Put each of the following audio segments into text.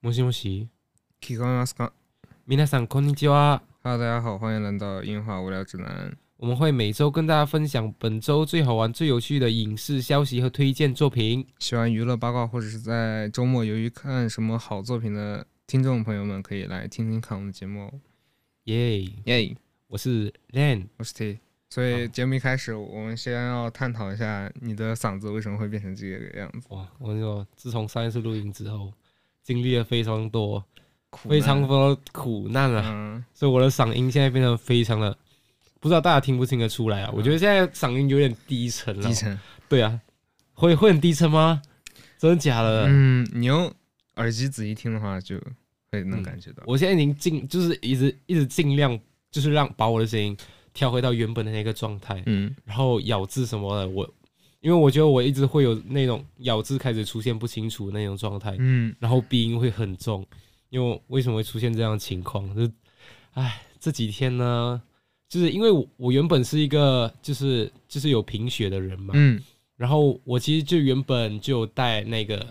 もしもし，聞こえますか皆さんこんにちは。 ？Hello，大家好，欢迎来到樱花无聊指南。我们会每周跟大家分享本周最好玩、最有趣的影视消息和推荐作品。喜欢娱乐八卦或者是在周末由于看什么好作品的听众朋友们，可以来听听看我们的节目哦。耶、耶、我是 Len。我是 T。所以节目一开始，我们先要探讨一下你的嗓子为什么会变成这个样子，哇，我跟你说，自从上一次录音之后，经历了非常多、苦非难常多苦难啊，嗯，所以我的嗓音现在变得非常的，不知道大家听不听得出来啊？我觉得现在嗓音有点低沉了嗯低。沉。对啊，会会很低沉吗？真的假的？嗯，你用耳机仔细听的话，就会能嗯感觉到。我现在已经尽就是一直一直尽量就是让把我的声音调回到原本的那个状态，嗯然后咬字什么的，我因为我觉得我一直会有那种咬字开始出现不清楚的那种状态，嗯，然后鼻音会很重，因为我为什么会出现这样的情况？就是，哎，这几天呢，就是因为我我原本是一个就是就是有贫血的人嘛，嗯然后我其实就原本就有带那个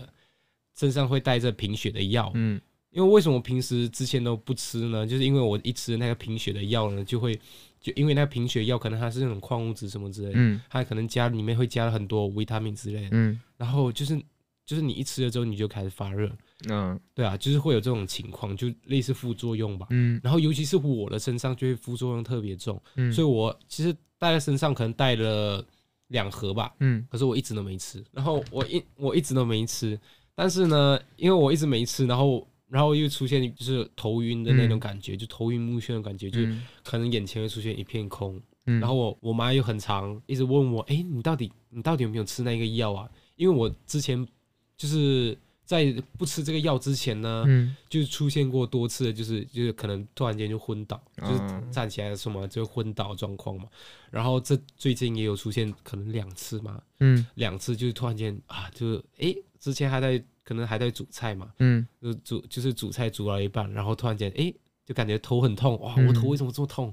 身上会带着贫血的药，嗯因为为什么平时之前都不吃呢？就是因为我一吃那个贫血的药呢，就会就因为那个贫血药可能它是那种矿物质什么之类的，嗯它可能加里面会加了很多维他命之类的，嗯然后就是就是你一吃了之后你就开始发热，啊对啊，就是会有这种情况，就类似副作用吧。嗯然后尤其是我的身上就会副作用特别重，嗯，所以以我其实带在身上可能带了两盒吧，嗯可是我一直都没吃，然后我一我一直都没吃，但是呢，因为我一直没吃，然后然后又出现就是头晕的那种感觉，就头晕目眩的感觉，就嗯可能眼前会出现一片空。嗯，然后我我妈又很常一直问我，哎、你到底你到底有没有吃那个药啊？因为我之前就是在不吃这个药之前呢，嗯就出现过多次的，就是就是可能突然间就昏倒，就是啊站起来什么就昏倒的状况嘛。然后这最近也有出现可能两次嘛，嗯两次就是突然间啊，就是诶，之前还在可能还在煮菜嘛，嗯就煮就是煮菜煮到一半，然后突然间诶，就感觉头很痛，哇，嗯我头为什么这么痛？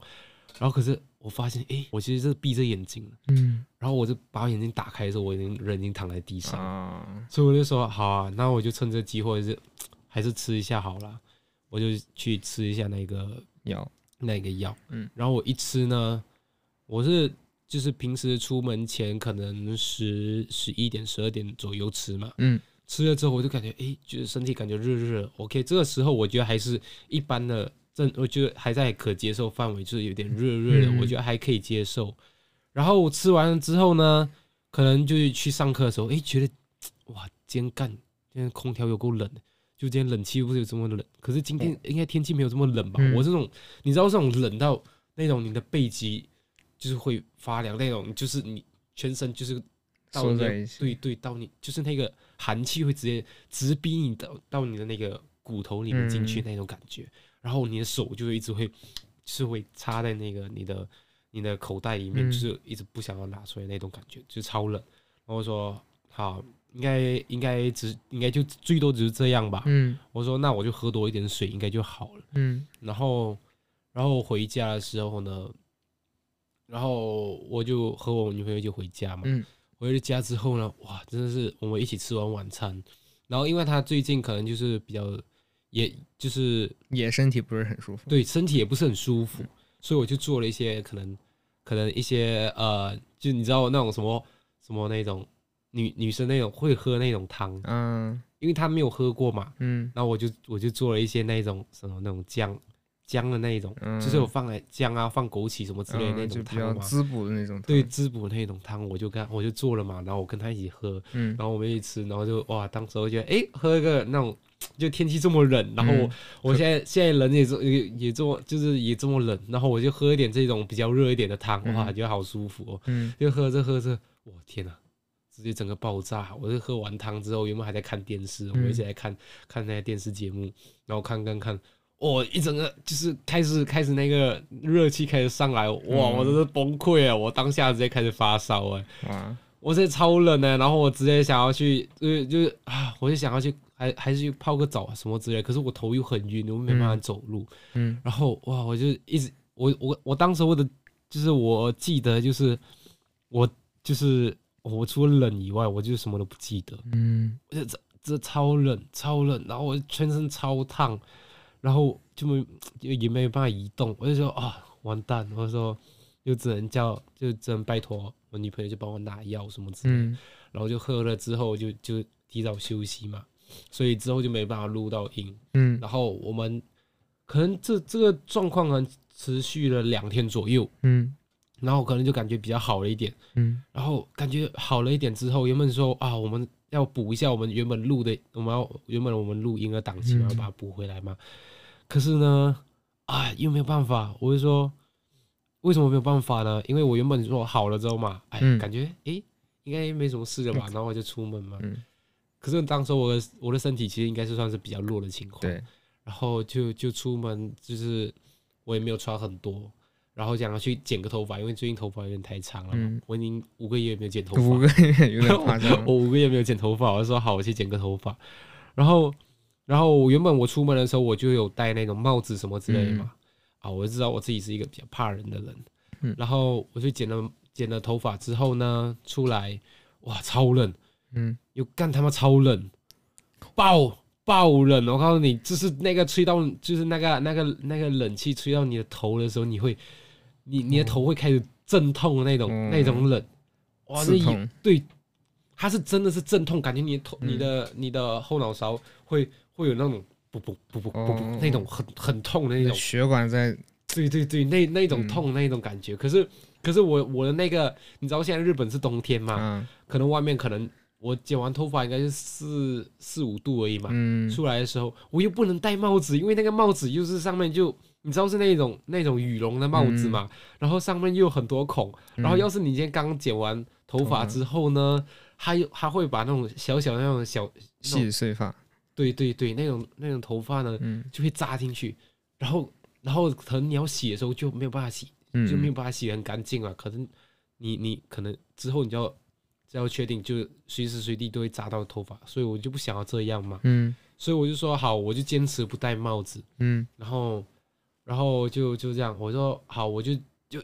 然后可是我发现诶，我其实是闭着眼睛的，嗯然后我就把眼睛打开的时候，我已经人已经躺在地上，啊所以我就说好啊，那我就趁这机会是还是吃一下好了，我就去吃一下那个要那个药，嗯，然后我一吃呢，我是就是平时出门前可能十十一点十二点左右吃嘛，嗯吃了之后我就感觉诶，就是身体感觉热热的，OK，这个时候我觉得还是一般的，正我觉得还在可接受范围，就是有点热热的，嗯我觉得还可以接受。然后我吃完了之后呢，可能就是去上课的时候，诶，觉得哇，今天干，今天空调有够冷的。就今天冷气不是有这么冷，可是今天应该天气没有这么冷吧？嗯我这种你知道这种冷到那种你的背脊就是会发凉那种，就是你全身就是到缩你的在一起对对，到你就是那个寒气会直接直逼你到到你的那个骨头里面进去嗯那种感觉，然后你的手就一直会就是会插在那个你的你的口袋里面，嗯就是一直不想要拿出来那种感觉，就超冷。然后我说好，应该应该只应该就最多只是这样吧。嗯我说那我就喝多一点水，应该就好了。嗯然后，然后回家的时候呢，然后我就和我女朋友就回家嘛。嗯回了家之后呢，哇，真的是我们一起吃完晚餐。然后，因为她最近可能就是比较，也就是也身体不是很舒服。对身体也不是很舒服，所以我就做了一些可能，可能一些呃，就你知道那种什么什么那种女女生那种会喝那种汤，啊因为她没有喝过嘛，嗯然后我就我就做了一些那种什么那种姜姜的那一种，嗯，就是有放了姜啊、放枸杞什么之类的那嗯就种比较汤嘛。滋补的那种。对，，滋补那种汤，我就跟我就做了嘛，然后我跟她一起喝，嗯然后我们一起吃，然后就哇，当时我觉得哎，喝一个那种，就天气这么冷，然后我、嗯我现在现在人也这也也这么就是也这么冷，然后我就喝一点这种比较热一点的汤，哇，嗯觉得好舒服哦，嗯就喝着喝着，我天呐，直接整个爆炸！我就喝完汤之后，原本还在看电视，我嗯一直在看、看那些电视节目，然后看看看。哦，一整个就是开始开始那个热气开始上来，哇，嗯我真是崩溃啊！我当下直接开始发烧哎、哇我这超冷的，然后我直接想要去，就是就是啊，我就想要去还还是去泡个澡啊什么之类。可是我头又很晕，我没办法嗯走路。嗯然后哇，我就一直我我我当时我的就是我记得就是我就是我除了冷以外，我就什么都不记得。嗯我就这这超冷超冷，然后我全身超烫，然后就没也也没办法移动，我就说啊完蛋，我就说就只能叫就只能拜托我女朋友就帮我拿药什么之类的，嗯然后就喝了之后就就提早休息嘛，所以之后就没办法录到音，嗯然后我们可能这这个状况呢持续了两天左右，嗯然后可能就感觉比较好了一点。嗯然后感觉好了一点之后，原本说啊，我们要补一下我们原本录的，我们要原本我们录音的档期嘛，嗯要把它补回来嘛。可是呢，啊，又没有办法，我就说，为什么没有办法呢？因为我原本说好了之后嘛，哎，嗯感觉诶应该没什么事了吧，然后我就出门嘛。嗯，可是当时我的我的身体其实应该是算是比较弱的情况，对，然后就就出门，就是我也没有穿很多，然后想要去剪个头发，因为最近头发有点太长了嘛，嗯我已经五个月没有剪头五发，个 月有点夸张 我。五个月没有剪头发，我就说好，我去剪个头发，然后然后原本我出门的时候我就有戴那种帽子什么之类的嘛，啊，我就知道我自己是一个比较怕人的人，嗯然后我去剪了剪了头发之后呢，出来哇超冷，嗯又干他妈超冷，爆爆冷！我告诉你，就是那个吹到，就是那个那个那个冷气吹到你的头的时候，你会，你你的头会开始阵痛的那种、嗯那种冷，哇，刺那一痛，对，它是真的是阵痛，感觉你的头、嗯你的你的后脑勺会会有那种不不不不不哦不那种很很痛的那种血管在对对对，那那种嗯痛、那种感觉。可是可是我我的那个，你知道现在日本是冬天嘛？啊，可能外面可能我剪完头发应该是四四五度而已嘛，嗯出来的时候我又不能戴帽子，因为那个帽子又是上面就你知道是那种那种羽绒的帽子嗯嘛，然后上面又有很多孔，然后要是你今天刚剪完头发之后嗯呢，它又它会把那种小小的那种小细碎发，对对对那种那种头发呢嗯就会扎进去，然后然后可能你要洗的时候就没有办法洗，嗯，就没有把它洗得很干净了。可能你你可能之后你就要就要确定，就是随时随地都会扎到头发，所以我就不想要这样嘛。嗯所以我就说好，我就坚持不戴帽子，嗯然后然后就就这样，我说好，我就就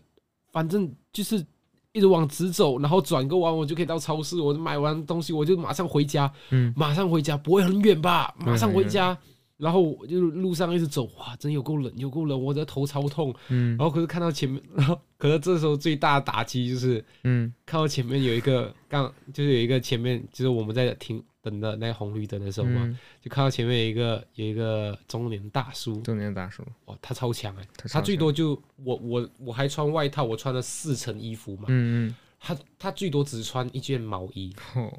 反正就是一直往直走，然后转个弯我就可以到超市，我买完东西我就马上回家，嗯马上回家，不会很远吧？会马上很回远家。然后我就路上一直走，哇，真有够冷，有够冷，我的头超痛，嗯然后可是看到前面，然后可是这时候最大的打击就是嗯看到前面有一个刚，就是有一个前面就是我们在停等的那个红绿灯的时候嘛，啊嗯，就看到前面有一个有一个中年大叔，中年大叔，哇，他超强哎、他他超最强多就我我我还穿外套，我穿了四层衣服嘛，嗯嗯，他他最多只穿一件毛衣，哦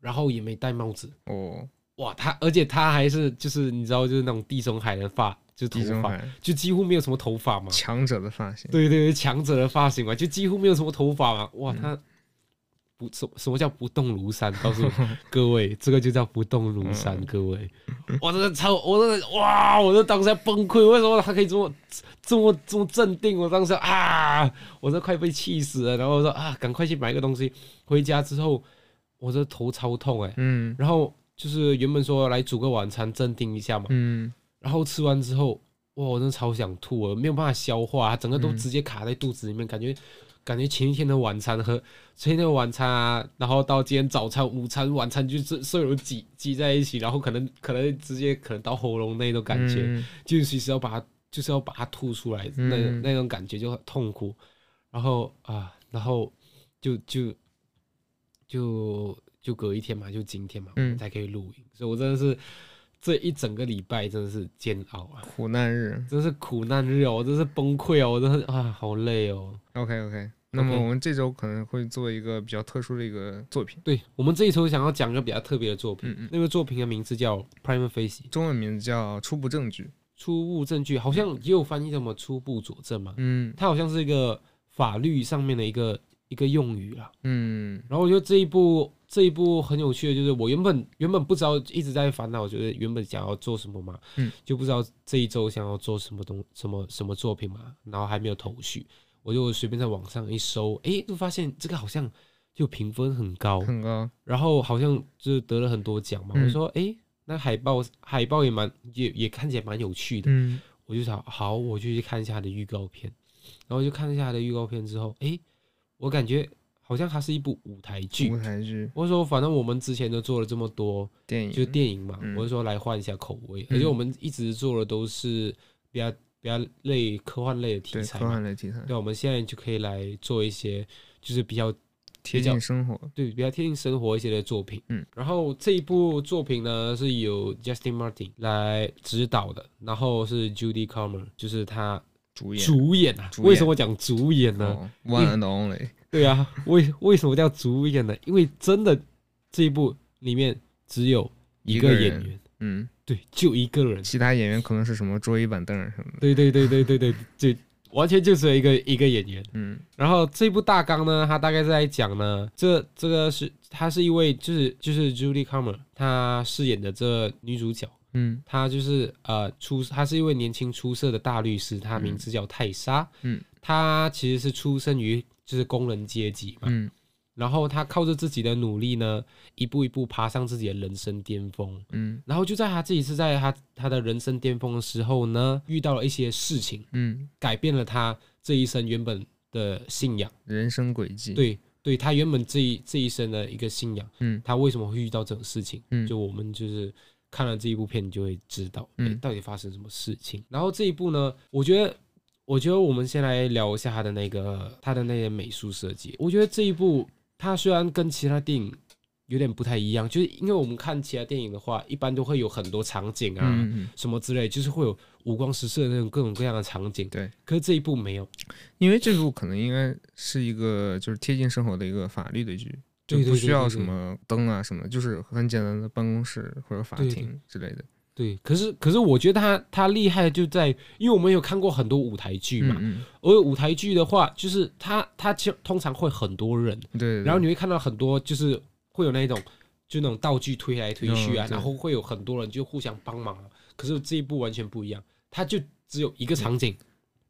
然后也没戴帽子，哦，哇，他而且他还是就是你知道就是那种地中海的发，就是地头中发，海就几乎没有什么头发嘛，强者的发型，对对对，强者的发型嘛，就几乎没有什么头发嘛。哇，他不什什么叫不动如山？告诉各位，这个就叫不动如山。各位，我真的超，我真的哇，我这当时在崩溃。为什么他可以这么这么这么镇定？我当时啊，我这快被气死了。然后我说啊，赶快去买个东西。回家之后，我这头超痛哎、嗯然后就是原本说来煮个晚餐镇定一下嘛，嗯然后吃完之后，哇，我真的超想吐，我没有办法消化，整个都直接卡在肚子里面，感觉感觉前一天的晚餐和前一天的晚餐啊，然后到今天早餐、午餐、晚餐就是所有挤挤在一起，然后可能可能直接可能到喉咙那种感觉，嗯就随时要把它就是要把它吐出来，那嗯那种感觉就很痛苦，然后啊，然后就就就就隔一天嘛，就今天嘛，我嗯们才可以录影，所以我真的是。这一整个礼拜真的是煎熬啊！苦难日真是苦难日哦，我真是崩溃哦，我真是啊，好累哦。 ，OK OK。那么 OK 我们这周可能会做一个比较特殊的一个作品，对我们这一周想要讲一个比较特别的作品，嗯嗯，那个作品的名字叫《Prima Facie》，中文名字叫《初步证据》，初步证据，好像也有翻译什么初步佐证嘛，嗯它好像是一个法律上面的一个一个用语啦。嗯然后我觉得这一部这一部很有趣的就是，我原本原本不知道，一直在烦恼，就是原本想要做什么嘛，嗯，就不知道这一周想要做什么东什么什么作品嘛，然后还没有头绪，我就随便在网上一搜，诶，就发现这个好像就评分很高，嗯很高，然后好像就得了很多奖嘛，嗯我说诶，那海报海报也蛮也也看起来蛮有趣的，嗯我就想好，我就去看一下它的预告片，然后就看了一下它的预告片之后，诶，我感觉好像它是一部舞台剧舞。台剧、我说，反正我们之前都做了这么多，电影，就电影嘛，嗯我就说来换一下口味，嗯而且我们一直做的都是比较比较类科幻类的题对材科嘛，幻类题材，对，我们现在就可以来做一些就是比较贴比较近生活。对比较贴近生活一些的作品，嗯，然后这一部作品呢是由 Justin Martin 来指导的，然后是 Judy Comer，就是他主演主演啊，主演为什么讲主演呢？哦，One and Only，对啊，为为什么叫主演呢？因为真的这一部里面只有一一个个演人员，嗯，对，就一个人，其他演员可能是什么桌椅板凳儿什么的，对对对对对对，就完全就是一个一个演员。嗯然后这部大纲呢，它大概是在讲呢，这这个是她是一位就是就是 Julie Comer，她饰演的这女主角，嗯她就是呃出她是一位年轻出色的大律师，她名字叫泰莎，嗯，她其实是出生于就是工人阶级嘛，嗯然后她靠着自己的努力呢，一步一步爬上自己的人生巅峰。嗯然后就在她自己是在她她的人生巅峰的时候呢，遇到了一些事情，嗯，改变了他这一生原本的信仰。人生轨迹，，对，对他原本这一这一生的一个信仰，嗯他为什么会遇到这种事情？嗯就我们就是看了这一部片，你就会知道，嗯诶到底发生什么事情。然后这一部呢，我觉得。我觉得我们先来聊一下他的那个他的那些美术设计。我觉得这一部它虽然跟其他电影有点不太一样，就是因为我们看其他电影的话，一般都会有很多场景啊，嗯，嗯什么之类，就是会有五光十色的那种各种各样的场景。对，可是这一部没有，因为这部可能应该是一个就是贴近生活的一个法律的剧，就对对不需对要对什对么灯啊什么的，就是很简单的办公室或者法对对庭之类的。对。可是可是我觉得他他厉害就在，因为我们有看过很多舞台剧嘛，嗯而舞台剧的话，就是他他其实通常会很多人，嗯，对对。然后对你会看到很多就是会有那种就那种道具推来推去啊嗯，对然后会有很多人就互相帮忙啊。可是这一部完全不一样，他就只有一个场景，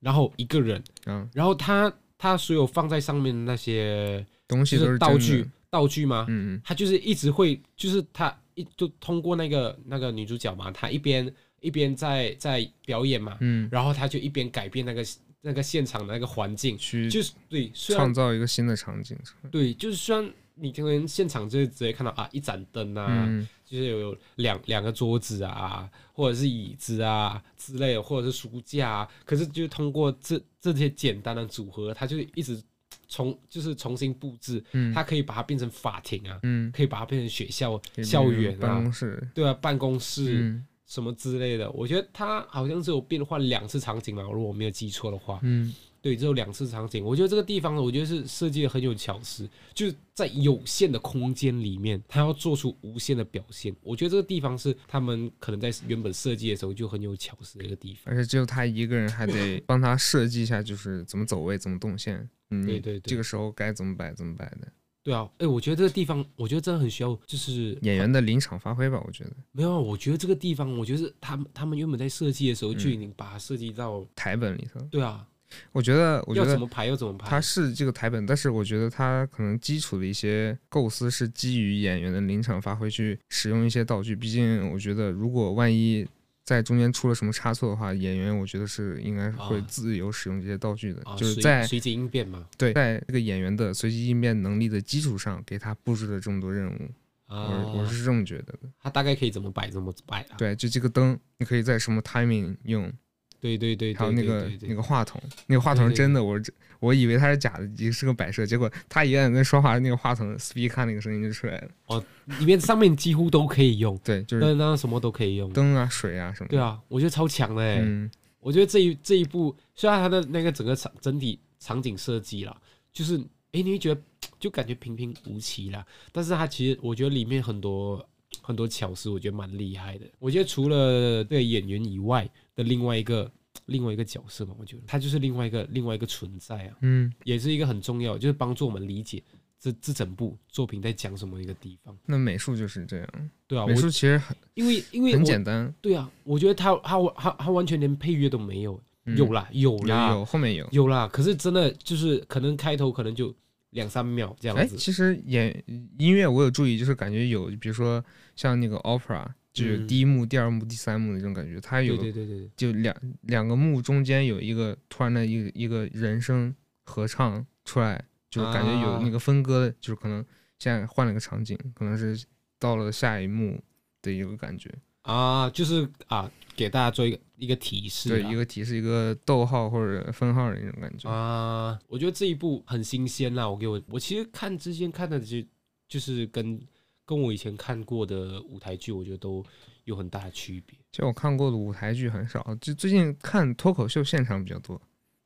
然后一个人，啊，然后他他所有放在上面的那些东西就都是是道真具的，道具吗？嗯嗯他就是一直会，就是他一就通过那个那个女主角嘛，她一边一边在在表演嘛，嗯，然后她就一边改变那个那个现场的那个环境，去就是对，虽然创造一个新的场景出来。对，就是虽然你可能现场就直接看到啊一盏灯啊，嗯，就是有两两个桌子啊，或者是椅子啊之类的，或者是书架啊，可是就通过这这些简单的组合，他就一直重就是重新布置，嗯他可以把它变成法庭啊。嗯，可以把它变成学校给校那个园办啊，公室，对啊，办公室、嗯什么之类的。我觉得它好像只有变换两次场景嘛，如果我没有记错的话，嗯对，只有两次场景。我觉得这个地方，我觉得是设计的很有巧思，就是在有限的空间里面，它要做出无限的表现。我觉得这个地方是他们可能在原本设计的时候就很有巧思的一个地方。而且只有他一个人，还得 帮他设计一下，就是怎么走位，怎么动线，嗯，对对对这个时候该怎么摆，怎么摆的，对啊，哎，我觉得这个地方，我觉得真的很需要，就是演员的临场发挥吧，我觉得没有啊。我觉得这个地方，我觉得是他们他们原本在设计的时候就已经把它设计到，台本里头，对啊，我觉得，我觉要怎得么排要怎么排。他是这个台本，但是我觉得他可能基础的一些构思是基于演员的临场发挥去使用一些道具，毕竟我觉得如果万一在中间出了什么差错的话，演员我觉得是应该会啊自由使用这些道具的，啊，就是随在随机应变嘛。对，在这个演员的随机应变能力的基础上，给他布置了这么多任务，啊我，我是这么觉得的。他大概可以怎么摆怎么摆啊？对，就这个灯，你可以在什么 timing 用，对对对，还有对那对个对对那个话筒，那个话筒是对对真的，我这我以为它是假的，也是个摆设，结果他一按那说话，那个话筒 speak 那个声音就出来了。里面上面几乎都可以用，对，就是那那什么都可以用。灯啊、水啊什么的。对啊，我觉得超强的哎！嗯，我觉得这一这一部虽然它的那个整个场整体场景设计啦，就是哎，你会觉得就感觉平平无奇啦，但是它其实我觉得里面很多很多巧思，我觉得蛮厉害的。我觉得除了这个演员以外的另外一个另外一个角色嘛，我觉得他就是另外一个另外一个存在啊。嗯，也是一个很重要，就是帮助我们理解这这整部作品在讲什么一个地方，那美术就是这样，对啊，我美术其实很因为因为很我简单。对啊，我觉得他他他他完全连配乐都没有，嗯有啦有有啦有后面有。有啦，可是真的就是可能开头可能就两三秒这哎，样子，其实演音乐我有注意，就是感觉有，比如说像那个 opera，就是嗯第一幕、第二幕、第三幕那种感觉。它有对对对对对，就两两个幕中间有一个突然的一个一个人声合唱出来，就是感觉有啊那个分割，就是可能现在换了个场景，可能是到了下一幕的一个感觉。啊，就是啊，给大家做一个一个提示对，啦，一个提示一个逗号或者分号的那种感觉。啊，我觉得这一部很新鲜啦。我给我，我其实看之前看的就就是跟跟我以前看过的舞台剧，我觉得都有很大的区别。其实我看过的舞台剧很少，就最近看脱口秀现场比较多。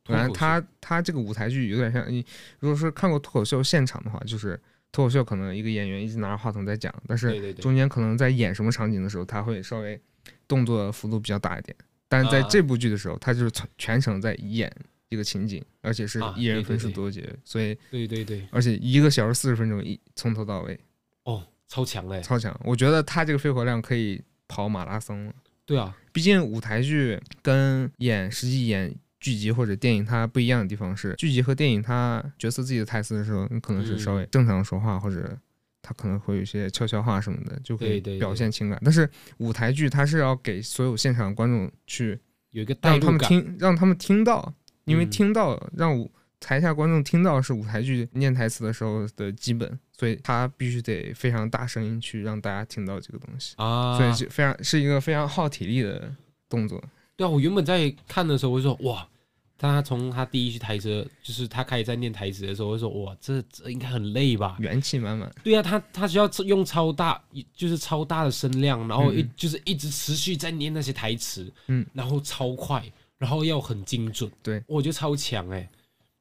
脱口秀反正他他这个舞台剧有点像你，如果说看过脱口秀现场的话，就是脱口秀可能一个演员一直拿着话筒在讲，但对对是对中间可能在演什么场景的时候，他会稍微动作幅度比较大一点。但是在啊这部剧的时候，他就是全全程在演一个情景，而且是啊一人对对分饰对多角，所以对对对，而且一个小时四十分钟一从头到尾，哦，超强嘞！超强。我觉得他这个肺活量可以跑马拉松了。对啊，毕竟舞台剧跟演实际演剧集或者电影它不一样的地方是，剧集和电影它角色自己的台词的时候，你可能是嗯稍微正常说话，或者他可能会有一些悄悄话什么的，就可以对对对表现情感。但是舞台剧它是要给所有现场观众去有一个代让他入们感。听，让他们听到，因为嗯听到让舞台下观众听到是舞台剧念台词的时候的基本，所以他必须得非常大声音去让大家听到这个东西。啊，所以就非常是一个非常耗体力的动作。对啊，我原本在看的时候，我就说哇，他从他第一句台词，就是他开始在念台词的时候，我就说哇，这这应该很累吧？元气满满。对啊，他他需要用超大，就是超大的声量，然后一、嗯就是一直持续在念那些台词，嗯，然后超快，然后要很精准，对我觉得超强哎、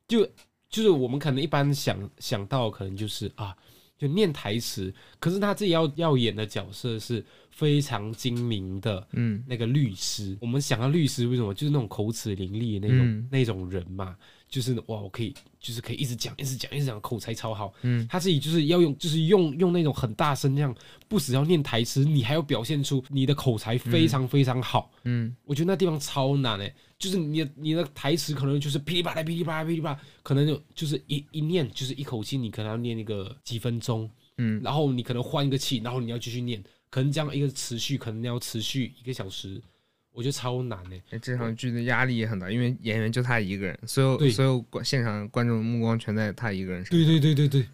就就是我们可能一般想想到可能就是啊，就念台词，可是他自己要要演的角色是非常精明的。嗯，那个律师，我们想到律师为什么就是那种口齿伶俐的那种、嗯那种人嘛，就是哇，我可以就是可以一直讲一直讲一直讲，口才超好，嗯，他自己就是要用，就是用用那种很大声量，不只要念台词，你还要表现出你的口才非常非常好。嗯，我觉得那地方超难诶、就是你的你的台词可能就是噼里啪啦噼里啪啦噼里啪啦，可能就就是一一念就是一口气，你可能要念一个几分钟，嗯，然后你可能换一个气，然后你要继续念，可能这样一个持续，可能要持续一个小时，我觉得超难欸诶、哎这场剧的压力也很大，因为演员就他一个人，所有对所有观现场观众的目光全在他一个人上。对对对对对，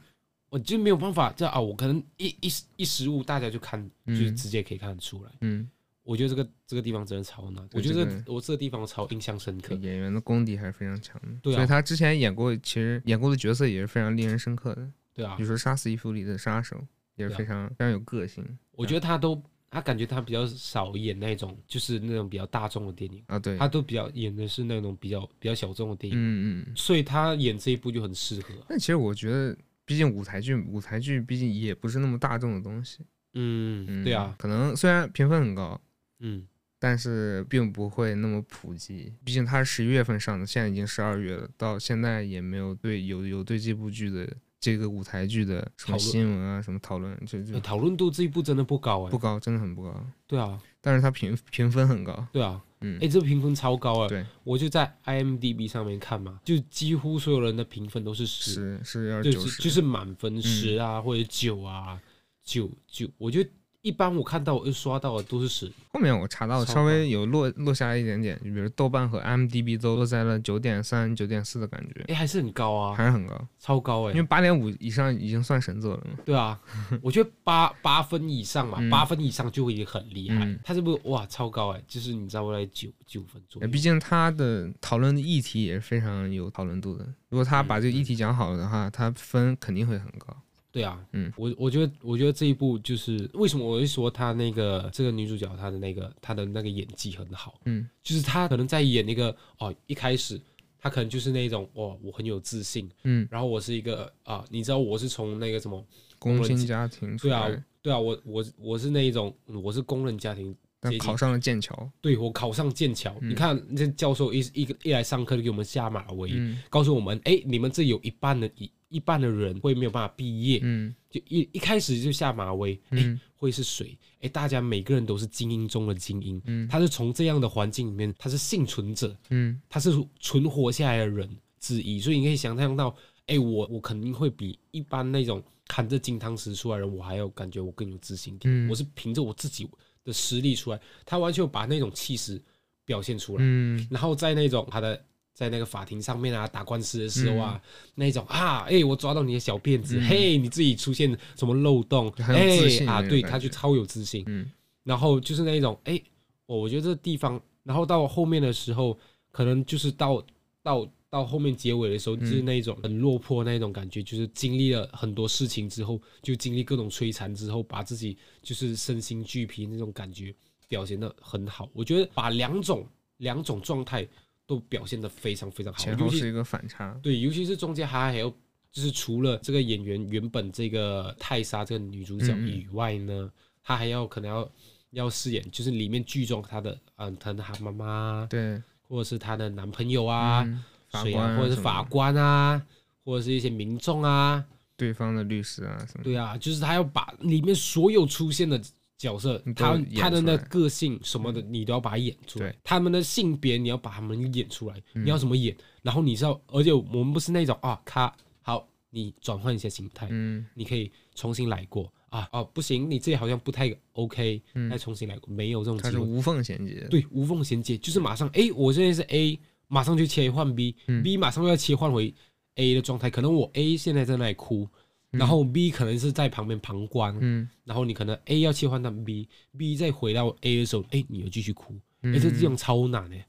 我就没有办法这样啊，我可能一一一失误，大家就看就是嗯直接可以看得出来。嗯，我觉得这个这个地方真的超难，对我觉得这这我这个地方我超印象深刻。演员的功底还是非常强的，对啊所以他之前演过，其实演过的角色也是非常令人深刻的，对啊比如，说《杀死伊芙里的杀手》，也是对啊非常、非常有个性我觉得他都他感觉他比较少演那种就是那种比较大众的电影，啊。对，他都比较演的是那种比较比较小众的电影，嗯嗯嗯。所以他演这一部就很适合。但其实我觉得，毕竟舞台剧，舞台剧毕竟也不是那么大众的东西。嗯，嗯，对啊，可能虽然评分很高，嗯，但是并不会那么普及，毕竟它是十一月份上的，现在已经十二月了，到现在也没有对有有对这部剧的这个舞台剧的什讨么论新闻啊什么讨论，就呃就讨论度这一部真的不高哎、不高，真的很不高。对啊，但是它评评分很高，对啊，嗯哎、，这评分超高哎、对，我就在 IMDB 上面看嘛，就几乎所有人的评分都是十十十二就九是就十，嗯是满分十啊、或者九啊，九九，我觉得一般我看到我刷到的都是十，后面我查到超稍微有落落下来一点点，就比如豆瓣和 m d b 都落在了九点三、九点四的感觉，哎、还是很高啊，还是很高，超高哎、嗯因为八点五以上已经算神作了 嘛。对啊，我觉得八八分以上嘛，嗯八、分以上就已经很厉害嗯。他、是不是哇超高哎、就是你知道我在九九分左呃右毕，竟他的讨论的议题也是非常有讨论度的。如果他把这个议题讲好的话，他分肯定会很高。对啊，嗯我我觉得我觉得这一部就是为什么我会说她那个这个女主角她的那个她的那个演技很好，嗯，就是她可能在演那个哦一开始她可能就是那种哦我很有自信，嗯，然后我是一个啊、你知道我是从那个什么？工薪家庭出对啊来，，对啊，我我我是那一种，嗯我是工人家庭，但阶级考嗯上了剑桥。对我考上剑桥。你看那教授一一个一来上课就给我们下马威，嗯告诉我们，哎，你们这有一半的一一半的人会没有办法毕业，嗯就一一开始就下马威，哎、嗯会是谁？哎，大家每个人都是精英中的精英，嗯他是从这样的环境里面，他是幸存者，嗯他是存活下来的人之一，所以你可以想象到，哎、我我肯定会比一般那种含着金汤匙出来的人，我还要感觉我更有自信一点。嗯我是凭着我自己的实力出来，他完全有把那种气势表现出来。嗯然后在那种他的在那个法庭上面啊打官司的时候啊，那种啊，哎、我抓到你的小辫子，嗯嘿，你自己出现什么漏洞，就很有自哎信啊，那种对，感他就觉超有自信。嗯然后就是那一种，哎、我我觉得这地方，然后到后面的时候，可能就是到到到后面结尾的时候，就是那一种很落魄那一种感觉，就是经历了很多事情之后，就经历各种摧残之后，把自己就是身心俱疲那种感觉表现的很好。我觉得把两种两种状态都表现的非常非常好，前尤后其是一个反差，对，尤其是中间还还有，就是除了这个演员原本这个泰莎这个女主角嗯嗯以外呢，她还要可能要要饰演，就是里面剧中她的嗯，可能她妈妈，对或者是她的男朋友啊，嗯法谁官啊，啊或者什是么法的官啊，或者是一些民众啊，对方的律师啊什么的，对啊，就是她要把里面所有出现的。角色你，都她演她的出那来嗯个性什么的，你都要把它演出来对。他们的性别，你要把他们演出来。嗯你要怎么演，然后你知道，而且我们不是那种啊，咔，好，你转换一下心态，嗯你可以重新来过啊，哦、不行，你这里好像不太 OK，嗯再重新来过，没有这种它机是会，无缝衔接的，对，无缝衔接，就是马上，哎，我现在是 A，马上就切换 B，B、嗯马上又要切换回 A 的状态，可能我 A 现在在那里哭。然后 B 可能是在旁边旁观，嗯，然后你可能 A 要切换到 B，B 再回到 A 的时候，哎，你又继续哭，哎、嗯这这种超难哎、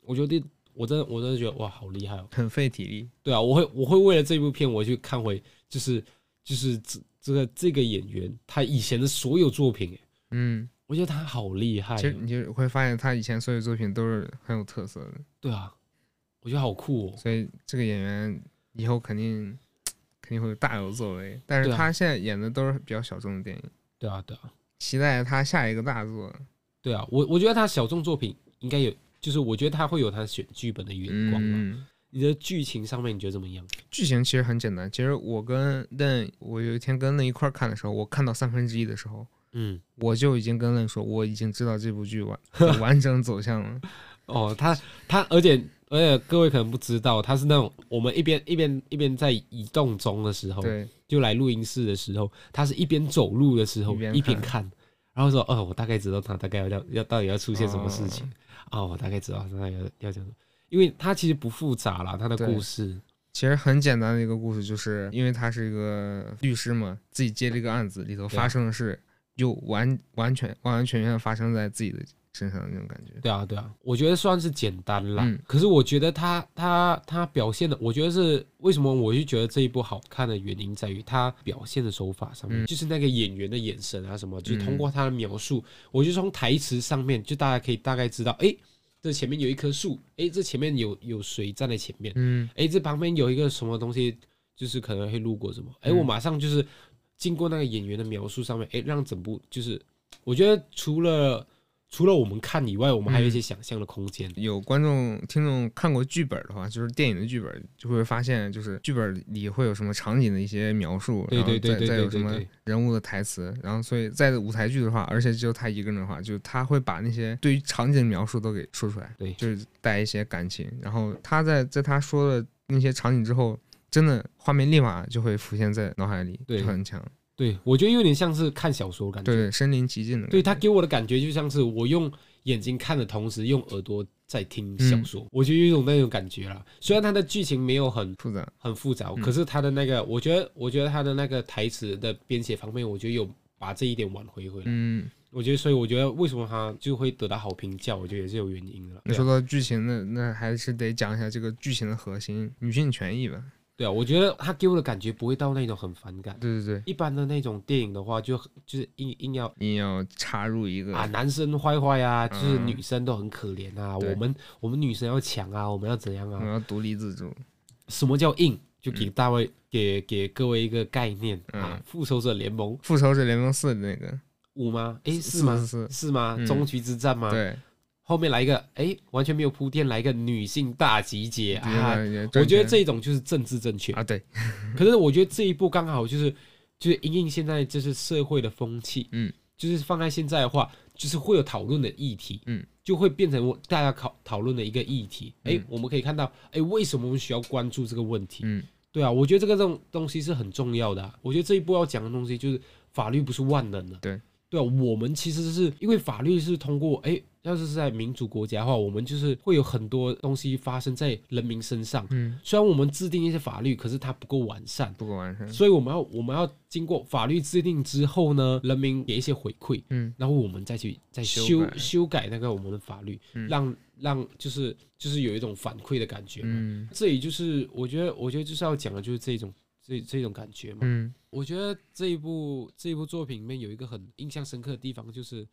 我觉得我真的我真的觉得哇，好厉害哦！很费体力，对啊，我会我会为了这部片，我去看回就是就是这这个这个演员他以前的所有作品，哎嗯，我觉得他好厉害其哦、实你就会发现他以前所有作品都是很有特色的，对啊，我觉得好酷哦。所以这个演员以后肯定肯定会大有作为，但是对啊他现在演的都是比较小众的电影，对啊，对啊，期待他下一个大作，对啊，我我觉得他小众作品应该有，就是我觉得他会有他选剧本的眼光嘛。嗯。你的剧情上面你觉得怎么样？剧情其实很简单，其实我跟任，我有一天跟任一块儿看的时候，我看到三分之一的时候，嗯，我就已经跟任说，我已经知道这部剧完 的完整走向了。哦，他他，而且而且各位可能不知道，他是那种我们一边一边一边在移动中的时候，对，就来录音室的时候，他是一边走路的时候一边一边看，然后说：“哦，我大概知道他大概要要到底要出现什么事情。哦，我大概知道他大概要要讲什么，因为他其实不复杂啦，他的对故事。其实很简单的一个故事，就是因为他是一个律师嘛，自己接这个案子里头对啊发生的事，又完完全完完全全发生在自己的身上的那种感觉。对啊，对啊，我觉得算是简单啦。嗯可是我觉得他他他表现的，我觉得是为什么我就觉得这一部好看的原因在于他表现的手法上面，嗯就是那个演员的眼神啊什么，就是通嗯过他的描述，我就从台词上面就大家可以大概知道，诶，这前面有一棵树，诶，这前面有有谁站在前面，嗯，哎，这旁边有一个什么东西，就是可能会路过什么，哎，嗯我马上就是经过那个演员的描述上面，哎，让整部就是，我觉得除了除了我们看以外，我们还有一些想象的空间。有观众听众看过剧本的话，就是电影的剧本，就会发现就是剧本里会有什么场景的一些描述，对然后对对再对再对有什对么对人物的台词，然后所以在舞台剧的话，而且只有他一个人的话，就是他会把那些对于场景的描述都给说出来，对就是带一些感情，然后他在在他说了那些场景之后。真的画面立马就会浮现在脑海里，对就很强，对我觉得有点像是看小说感觉，对对，身临其境的感对觉。他给我的感觉就像是我用眼睛看的同时，用耳朵在听嗯小说，我就有一种那种感觉啦。虽然它的剧情没有很复杂，很复杂，嗯可是他的那个，我觉得我觉得他的那个台词的编写方面，我觉得有把这一点挽回回来。嗯，我觉得，所以我觉得为什么他就会得到好评价，我觉得也是有原因的啦。那对说啊，到剧情，那那还是得讲一下这个剧情的核心——女性权益吧。对啊，我觉得他给我的感觉不会到那种很反感。对对对，一般的那种电影的话，就就是硬硬要硬要插入一个，啊，男生坏坏啊，就是嗯女生都很可怜啊，对嗯我们我们女生要强啊，我们要怎样我啊？要独立自主。什么叫硬？就给大卫、给给各位一个概念、啊嗯， 《复仇者联盟复仇者联盟四的那个，五》吗？诶，四是吗？四是吗？嗯终局之战吗？对，后面来一个，诶，完全没有铺垫，来一个女性大集结迪迦啊！的也我赚觉得钱这种就是政治正确，啊，对，可是我觉得这一部刚好就是就是因应现在就是社会的风气，嗯，就是放在现在的话，就是会有讨论的议题，嗯，就会变成我大家讨讨论的一个议题。哎、嗯我们可以看到，哎，为什么我们需要关注这个问题？嗯，对啊，我觉得这个这种东西是很重要的啊、我觉得这一部要讲的东西就是法律不是万能的，对，对啊，我们其实是因为法律是通过，哎，要是是在民主国家的话，我们就是会有很多东西发生在人民身上。嗯，虽然我们制定一些法律，可是它不够完善，不够完善，所以我们要我们要经过法律制定之后呢，人民给一些回馈，嗯，然后我们再去再修修改修改那个我们的法律，嗯让让就是就是有一种反馈的感觉嘛。嗯这里就是我觉得我觉得就是要讲的就是这种这这种感觉嘛。嗯我觉得这一部这一部作品里面有一个很印象深刻的地方，就是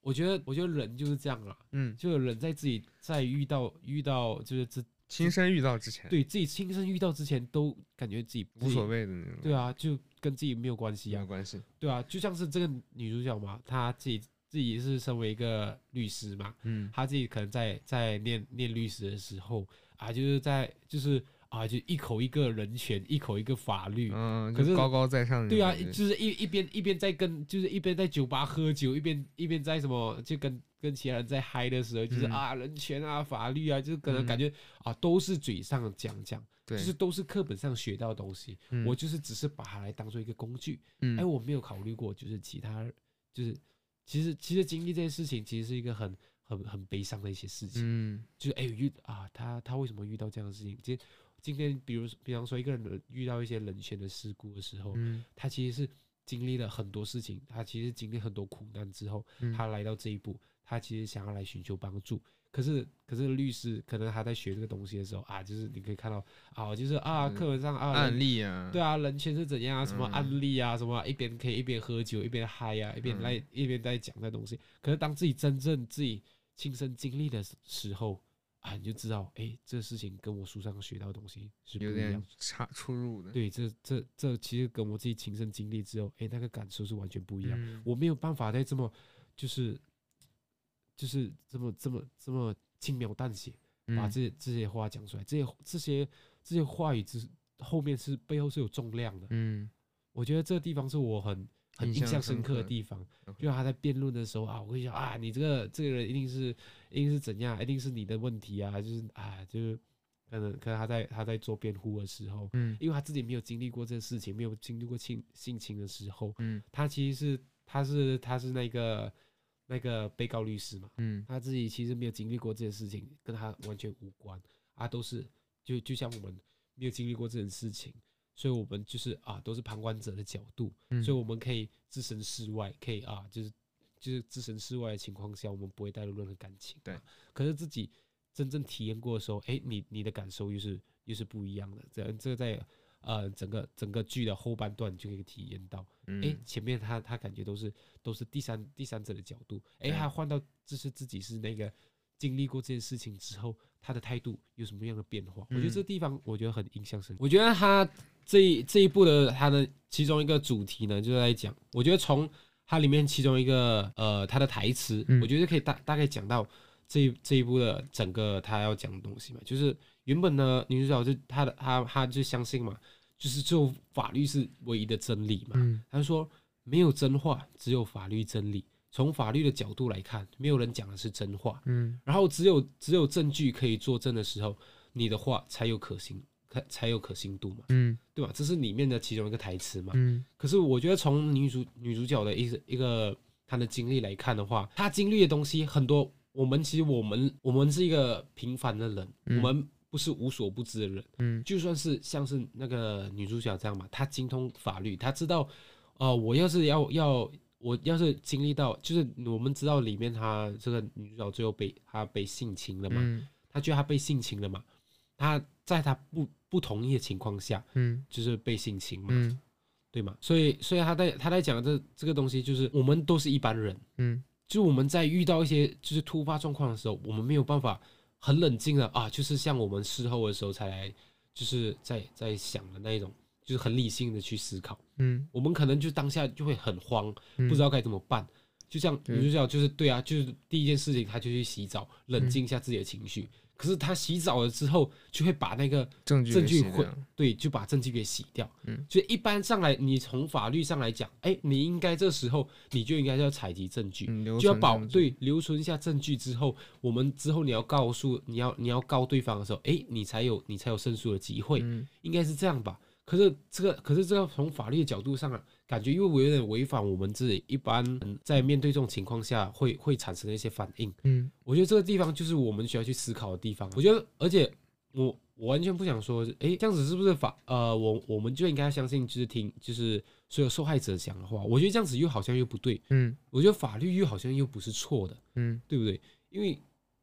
我觉得我觉得人就是这样啦，嗯，就是人在自己在遇到遇到就是自亲身遇到之前，，对自己亲身遇到之前，都感觉自己无所谓，谓嗯的那种，对，啊，就跟自己没有关系没啊有，关系，对啊，就像是这个女主角嘛，她自己自己是身为一个律师嘛，嗯她自己可能在在念念律师的时候啊，就是在就是啊，就一口一个人权，一口一个法律，嗯，可就是高高在上的对那啊，种感觉，就是一一边一边在跟，就是一边在酒吧喝酒，一边一边在什么，就跟跟其他人在嗨的时候，就是、嗯啊人权啊、法律啊，就是可能嗯感觉、啊都是嘴上讲讲，就对，是哎都是课本上学到的东西。嗯我就是只是把它来当做一个工具，嗯哎，我没有考虑过，就是其他，就是其实其实经历这些事情，其实是一个很很很悲伤的一些事情。嗯就是哎遇啊，他他为什么遇到这样的事情？今今天比如比方说一个人遇到一些人权的事故的时候，嗯他其实是经历了很多事情，他其实经历很多苦难之后，嗯他来到这一步，他其实想要来寻求帮助。可是，可是律师可能他在学这个东西的时候啊，就是你可以看到啊，就是啊，嗯课本上啊，案人例啊，对啊，啊，人权是怎样啊，什么嗯案例啊，什么一边可以一边喝酒一边嗨啊，一边嗯来、一边在讲那东西。可是当自己真正自己亲身经历的时时候啊，你就知道，哎，这事情跟我书上学到的东西是不有一样点的。差出入的，对，这这这其实跟我自己亲身经历之后，哎，那个感受是完全不一样。嗯，我没有办法再这么，就是，就是这么这么这么轻描淡写把嗯这这些话讲出来，这些这些这些话语之后面是背后是有重量的。嗯我觉得这个地方是我很很印印象象深深刻的刻地方， OK 就他在辩论的时候啊，我会想啊，你这个这个人一定是一定是怎样，一定是你的问题啊，就是啊，就是可能可能他在他在做辩护的时候，嗯因为他自己没有经历过这个事情，没有经历过性性侵的时候，嗯他其实是他是他是那个那个被告律师嘛，嗯他自己其实没有经历过这些事情，跟他完全无关啊，都是就就像我们没有经历过这种事情，所以我们就是啊，都是旁观者的角度，嗯，所以我们可以置身事外，可以啊，就是就是置身事外的情况下，我们不会带入任何感情。对，可是自己真正体验过的时候，哎，你你的感受又是又是不一样的。这这个在呃整个整个剧的后半段你就可以体验到。嗯哎，前面他他感觉都是都是第三第三者的角度，哎，对他换到就是自己是那个经历过这件事情之后，他的态度有什么样的变化？我觉得嗯这地方我觉得很印象深刻。我觉得他这一这一部的他的其中一个主题呢，就是在讲，我觉得从它里面其中一个呃他的台词，嗯我觉得可以大大概讲到这一这一部的整个他要讲的东西嘛，就是原本呢女主角就她的她她就相信嘛，就是只有法律是唯一的真理嘛，嗯他说没有真话，只有法律真理。从法律的角度来看，没有人讲的是真话。嗯然后只有只有证据可以作证的时候，你的话才有可信，才才有可信度嘛，嗯对吧？这是里面的其中一个台词嘛。嗯可是我觉得从女主女主角的一个一个她的经历来看的话，她经历的东西很多。我们其实我们我们是一个平凡的人，嗯我们不是无所不知的人。嗯就算是像是那个女主角这样嘛，她精通法律，她知道，呃，我要是要要我要是经历到，就是我们知道里面她这个女主角最后被她被性侵了嘛，嗯她觉得她被性侵了嘛，她在她不不同意的情况下，嗯就是被性侵嘛，嗯对嘛？所以所以她在她在讲的这这个东西，就是我们都是一般人，嗯就我们在遇到一些就是突发状况的时候，我们没有办法很冷静的啊，就是像我们事后的时候才来，就是在在想的那一种，就是很理性的去思考。嗯，我们可能就当下就会很慌，嗯不知道该怎么办。就像对女主角就是对啊，就是第一件事情，她就去洗澡，冷嗯静一下自己的情绪。可是她洗澡了之后，就会把那个证据证给据洗会掉对，就把证据给洗掉。嗯，所以一般上来，你从法律上来讲，哎，你应该这时候你就应该要采集证据，嗯留就要存保证据对留存一下证据之后，我们之后你要告诉你要你要告对方的时候，哎，你才有你才有胜诉的机会，嗯应该是这样吧？可是这个，可是这个从法律的角度上啊，感觉又有点违反我们自己一般人在面对这种情况下会会产生的一些反应。嗯我觉得这个地方就是我们需要去思考的地方。啊我觉得，而且我我完全不想说，诶，这样子是不是法？呃，我我们就应该相信，就是听，就是所有受害者讲的话。我觉得这样子又好像又不对，嗯我觉得法律又好像又不是错的，嗯对不对？因为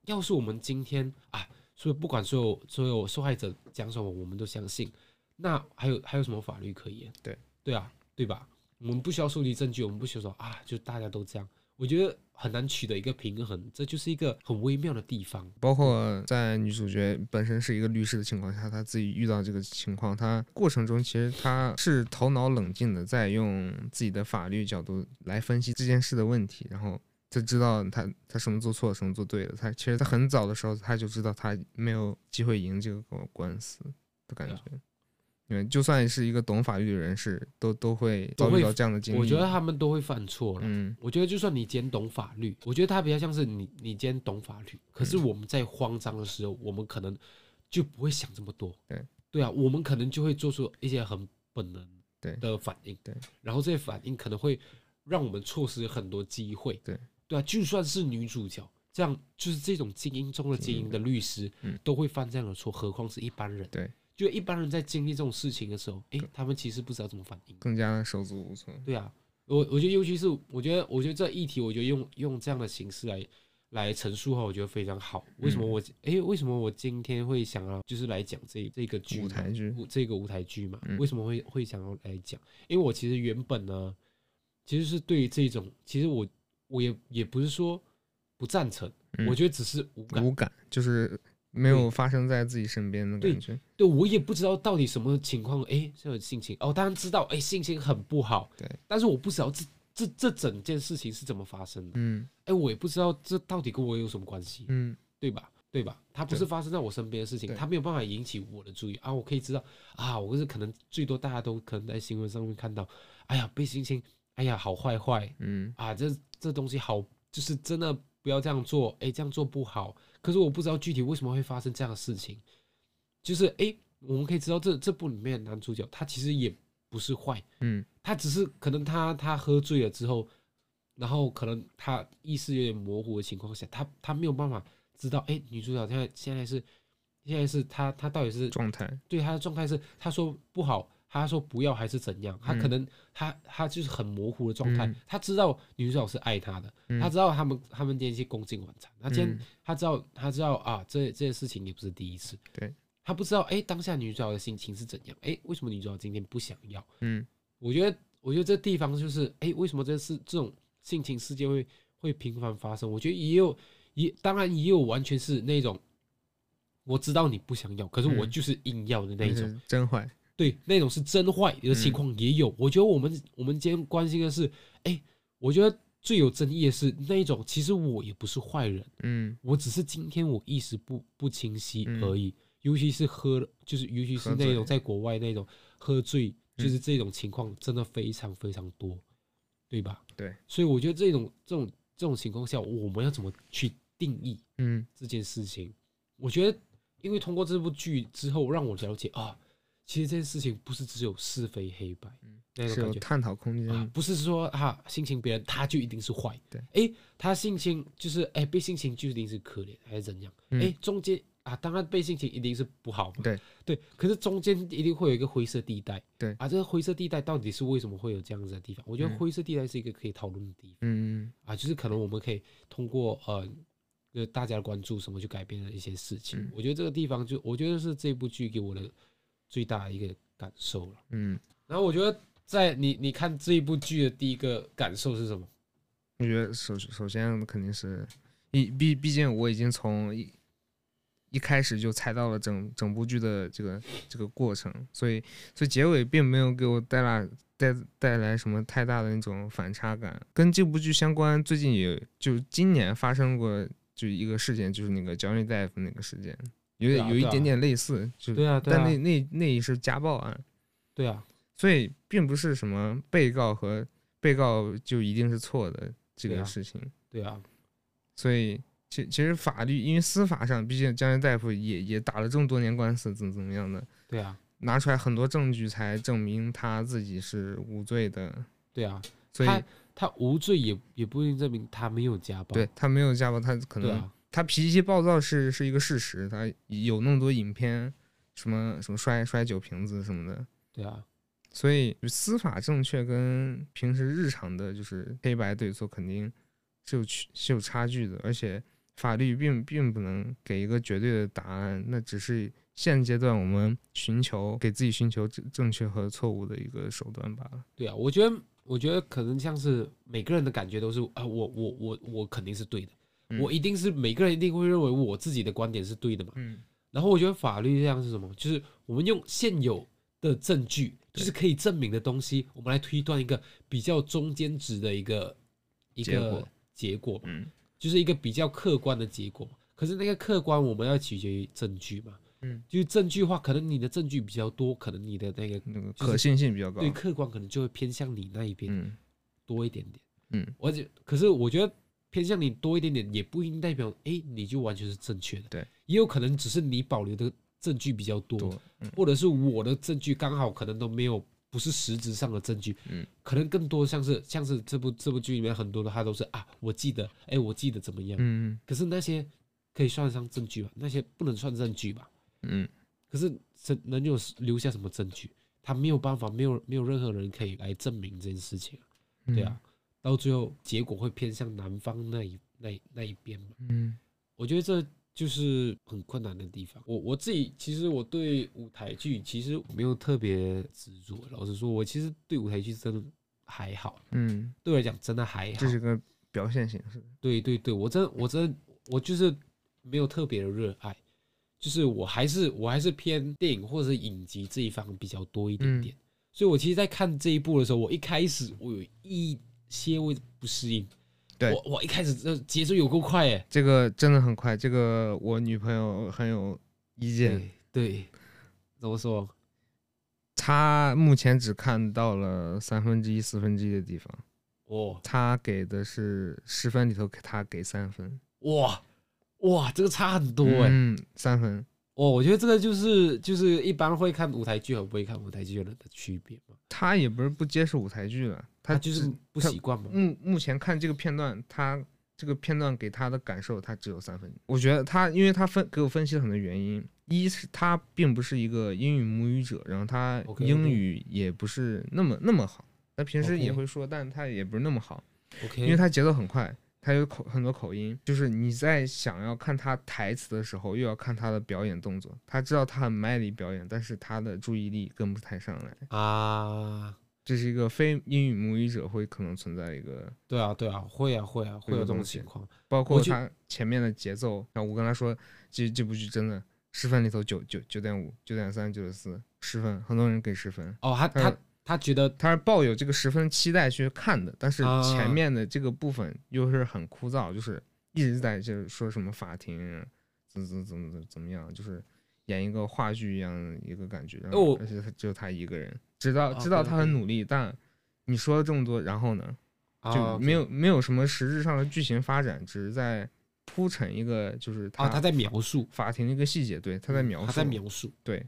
要是我们今天啊，所以不管所有所有受害者讲什么，我们都相信，那还有还有什么法律可言？对对啊，对吧？我们不需要收集证据，我们不需要说啊，就大家都这样。我觉得很难取得一个平衡，这就是一个很微妙的地方。包括在女主角本身是一个律师的情况下，她自己遇到这个情况，她过程中其实她是头脑冷静的，在用自己的法律角度来分析这件事的问题，然后她知道她她什么做错了，什么做对了。她其实她很早的时候，她就知道她没有机会赢这个官司的感啊觉。因为就算是一个懂法律的人士，都都会都遭会遇到这样的经历。我觉得他们都会犯错了。嗯，我觉得就算你今天懂法律，我觉得它比较像是你你今天懂法律，可是我们在慌张的时候，我们可能就不会想这么多。对对啊，我们可能就会做出一些很本能对的反应。对，然后这些反应可能会让我们错失很多机会。对对啊，就算是女主角这样，就是这种精英中的精英的律师，嗯都会犯这样的错，何况是一般人？对，就一般人在经历这种事情的时候，诶，他们其实不知道怎么反应。更加的手足无措。对啊，我我觉得尤其是我觉得我觉得这议题，我觉得用用这样的形式来来陈述哈，我觉得非常好。为嗯什么我诶，为什么我今天会想要就是来讲这这个剧嘛舞台剧舞这个舞台剧嘛？嗯为什么会会想要来讲？因为我其实原本呢，其实是对于这种，其实我我也也不是说不赞成，嗯我觉得只是无感。无感，就是没有发生在自己身边的感觉。对我也不知道到底什么情况，诶，这种性情哦，当然知道，诶，性情很不好，对，但是我不知道这这这整件事情是怎么发生的。嗯哎，我也不知道这到底跟我有什么关系，嗯，对吧？对吧？它不对是发生在我身边的事情，对它没有办法引起我的注意啊！我可以知道啊，我是可能最多大家都可能在新闻上面看到，哎呀，被性侵，哎呀，好坏坏嗯啊，这这东西好，就是真的不要这样做，哎，这样做不好。可是我不知道具体为什么会发生这样的事情，就是哎，我们可以知道这这部里面的男主角他其实也不是坏，嗯他只是可能他他喝醉了之后，然后可能他意识有点模糊的情况下，他他没有办法知道，哎，女主角现在现在是现在是她她到底是状态，对她的状态是她说不好，她说不要还是怎样？她可能她她就是很模糊的状态嗯，她知道女主角是爱她的，嗯她知道他们他们今天去共进晚餐，她今天嗯她知道她知道啊，这这件事情也不是第一次，对，她不知道哎当下女主角的心情是怎样，哎为什么女主角今天不想要？嗯我觉得，我觉得这地方就是，哎、为什么这是这种性情事件会会频繁发生？我觉得也有，也当然也有完全是那种，我知道你不想要，可是我嗯就是硬要的那一种，就是真坏，对，那种是真坏的情况也有。我觉得我们我们今天关心的是，哎、我觉得最有争议的是那一种，其实我也不是坏人，嗯，我只是今天我意识不不清晰嗯而已，尤其是喝了，就是尤其是喝醉那种在国外那种喝醉，嗯就是这种情况真的非常非常多，对吧？对，所以我觉得这种这种这种情况下，我们要怎么去定义嗯这件事情？我觉得，因为通过这部剧之后，让我了解啊，其实这件事情不是只有是非黑白嗯那是种有感觉，探讨空间啊的，，不是说啊性侵别人他就一定是坏，对，哎，他性侵就是哎被性侵就一定是可怜还是怎样？哎、嗯中间啊，当然被性侵一定是不好嘛，对对，可是中间一定会有一个灰色地带，对啊，这个灰色地带到底是为什么会有这样子的地方？我觉得嗯灰色地带是一个可以讨论的地方、嗯啊，就是可能我们可以通过呃。就是大家的关注什么去改变了一些事情，嗯我觉得这个地方就我觉得是这部剧给我的最大的一个感受了。嗯，然后我觉得，在你你看这一部剧的第一个感受是什么？我觉得首首先肯定是，一毕毕竟我已经从一一开始就猜到了整整部剧的这个这个过程，所以所以结尾并没有给我带来带带来什么太大的那种反差感。跟这部剧相关，最近也就今年发生过就一个事件，就是那个 Johnny Depp 那个事件，有对点啊有一对啊点点类似，就对啊对啊但那那那也是家暴案，对啊，所以并不是什么被告和被告就一定是错的这对啊个事情。对啊，所以其其实法律，因为司法上，毕竟江仁大夫也也打了这么多年官司，怎么怎么样的，对啊，拿出来很多证据才证明他自己是无罪的，对啊，所以他他无罪也也不一定证明他没有家暴，对嗯他没有家暴，他可对能啊，他脾气暴躁是是一个事实，他有那么多影片，什么什么摔摔酒瓶子什么的，对啊，所以就司法正确跟平时日常的，就是黑白对错，肯定是有区是有差距的。而且法律并并不能给一个绝对的答案，那只是现阶段我们寻求给自己寻求正正确和错误的一个手段罢了。对啊，我觉得我觉得可能像是每个人的感觉都是啊，我我我我肯定是对的，嗯我一定是每个人一定会认为我自己的观点是对的嘛。嗯，然后我觉得法律这样是什么？就是我们用现有的证据，对就是可以证明的东西，我们来推断一个比较中间值的一个一结果个结果嘛，嗯就是一个比较客观的结果嘛。可是那个客观，我们要取决于证据嘛。嗯，就是证据的话，可能你的证据比较多，可能你的那个那个就是可信性比较高。对客观可能就会偏向你那一边嗯多一点点。嗯，而且可是我觉得偏向你多一点点，也不一定代表诶你就完全是正确的。对，也有可能只是你保留的证据比较多，多嗯或者是我的证据刚好可能都没有，不是实质上的证据。嗯，可能更多像是像是这部这部剧里面很多的，他都是啊，我记得，诶，我记得怎么样。嗯可是那些可以算得上证据吧？那些不能算证据吧？嗯，可是这能有留下什么证据？他没有办法，没有没有任何人可以来证明这件事情啊。嗯对啊，，到最后结果会偏向南方那一那一那一边嘛。嗯我觉得这就是很困难的地方。我我自己其实我对舞台剧其实没有特别执着，老实说，我其实对舞台剧真的还好，嗯，对我来讲真的还好这。是个表现形式。对对对，我真我真我就是没有特别的热爱，就是我还是我还是偏电影或者是影集这一方比较多一嗯点点。所以我其实，在看这一部的时候，我一开始我有一些位不适应。对我我一开始这节奏有够快哎，这个真的很快，这个我女朋友很有意见。对，怎么说？他目前只看到了三分之一、四分之一的地方，哦他给的是十分里头，给他给三分，哇哇，这个差很多哎、嗯，三分，哦，我觉得这个就是就是一般会看舞台剧和不会看舞台剧的人的区别嘛，他也不是不接受舞台剧了，他他嗯就是只不他习惯嘛。目目前看这个片段，他这个片段给他的感受，他只有三分。我觉得他，因为他分给我分析了很多原因，一是他并不是一个英语母语者，然后他 OK，OK 英语也不是那么那么好，他平时 OK 也会说，但他也不是那么好。 OK，因为他节奏很快，他有口很多口音，就是你在想要看他台词的时候，又要看他的表演动作。他知道他很卖力表演，但是他的注意力跟不太上来，啊，这是一个非英语母语者会可能存在的一个，对啊，对啊，会啊，会啊，这会有个这种东西情况。包括我就他前面的节奏。然后我跟他说，这这部剧真的十分里头九九九点五、九点三、九点四，十分，很多人给十分。哦，他他嗯他觉得他是抱有这个十分期待去看的，但是啊前面的这个部分又是很枯燥，就是一直在就是说什么法庭啊怎么怎么怎么怎么怎么样，就是演一个话剧一样的一个感觉。然后哦而且他只有他一个人，知道啊知道对他很对努力，但你说了这么多，然后呢啊就没有没有什么实质上的剧情发展，只是在铺陈一个就是啊，他他在描述，法庭的一个细节，对，他在描述，他在描述，对，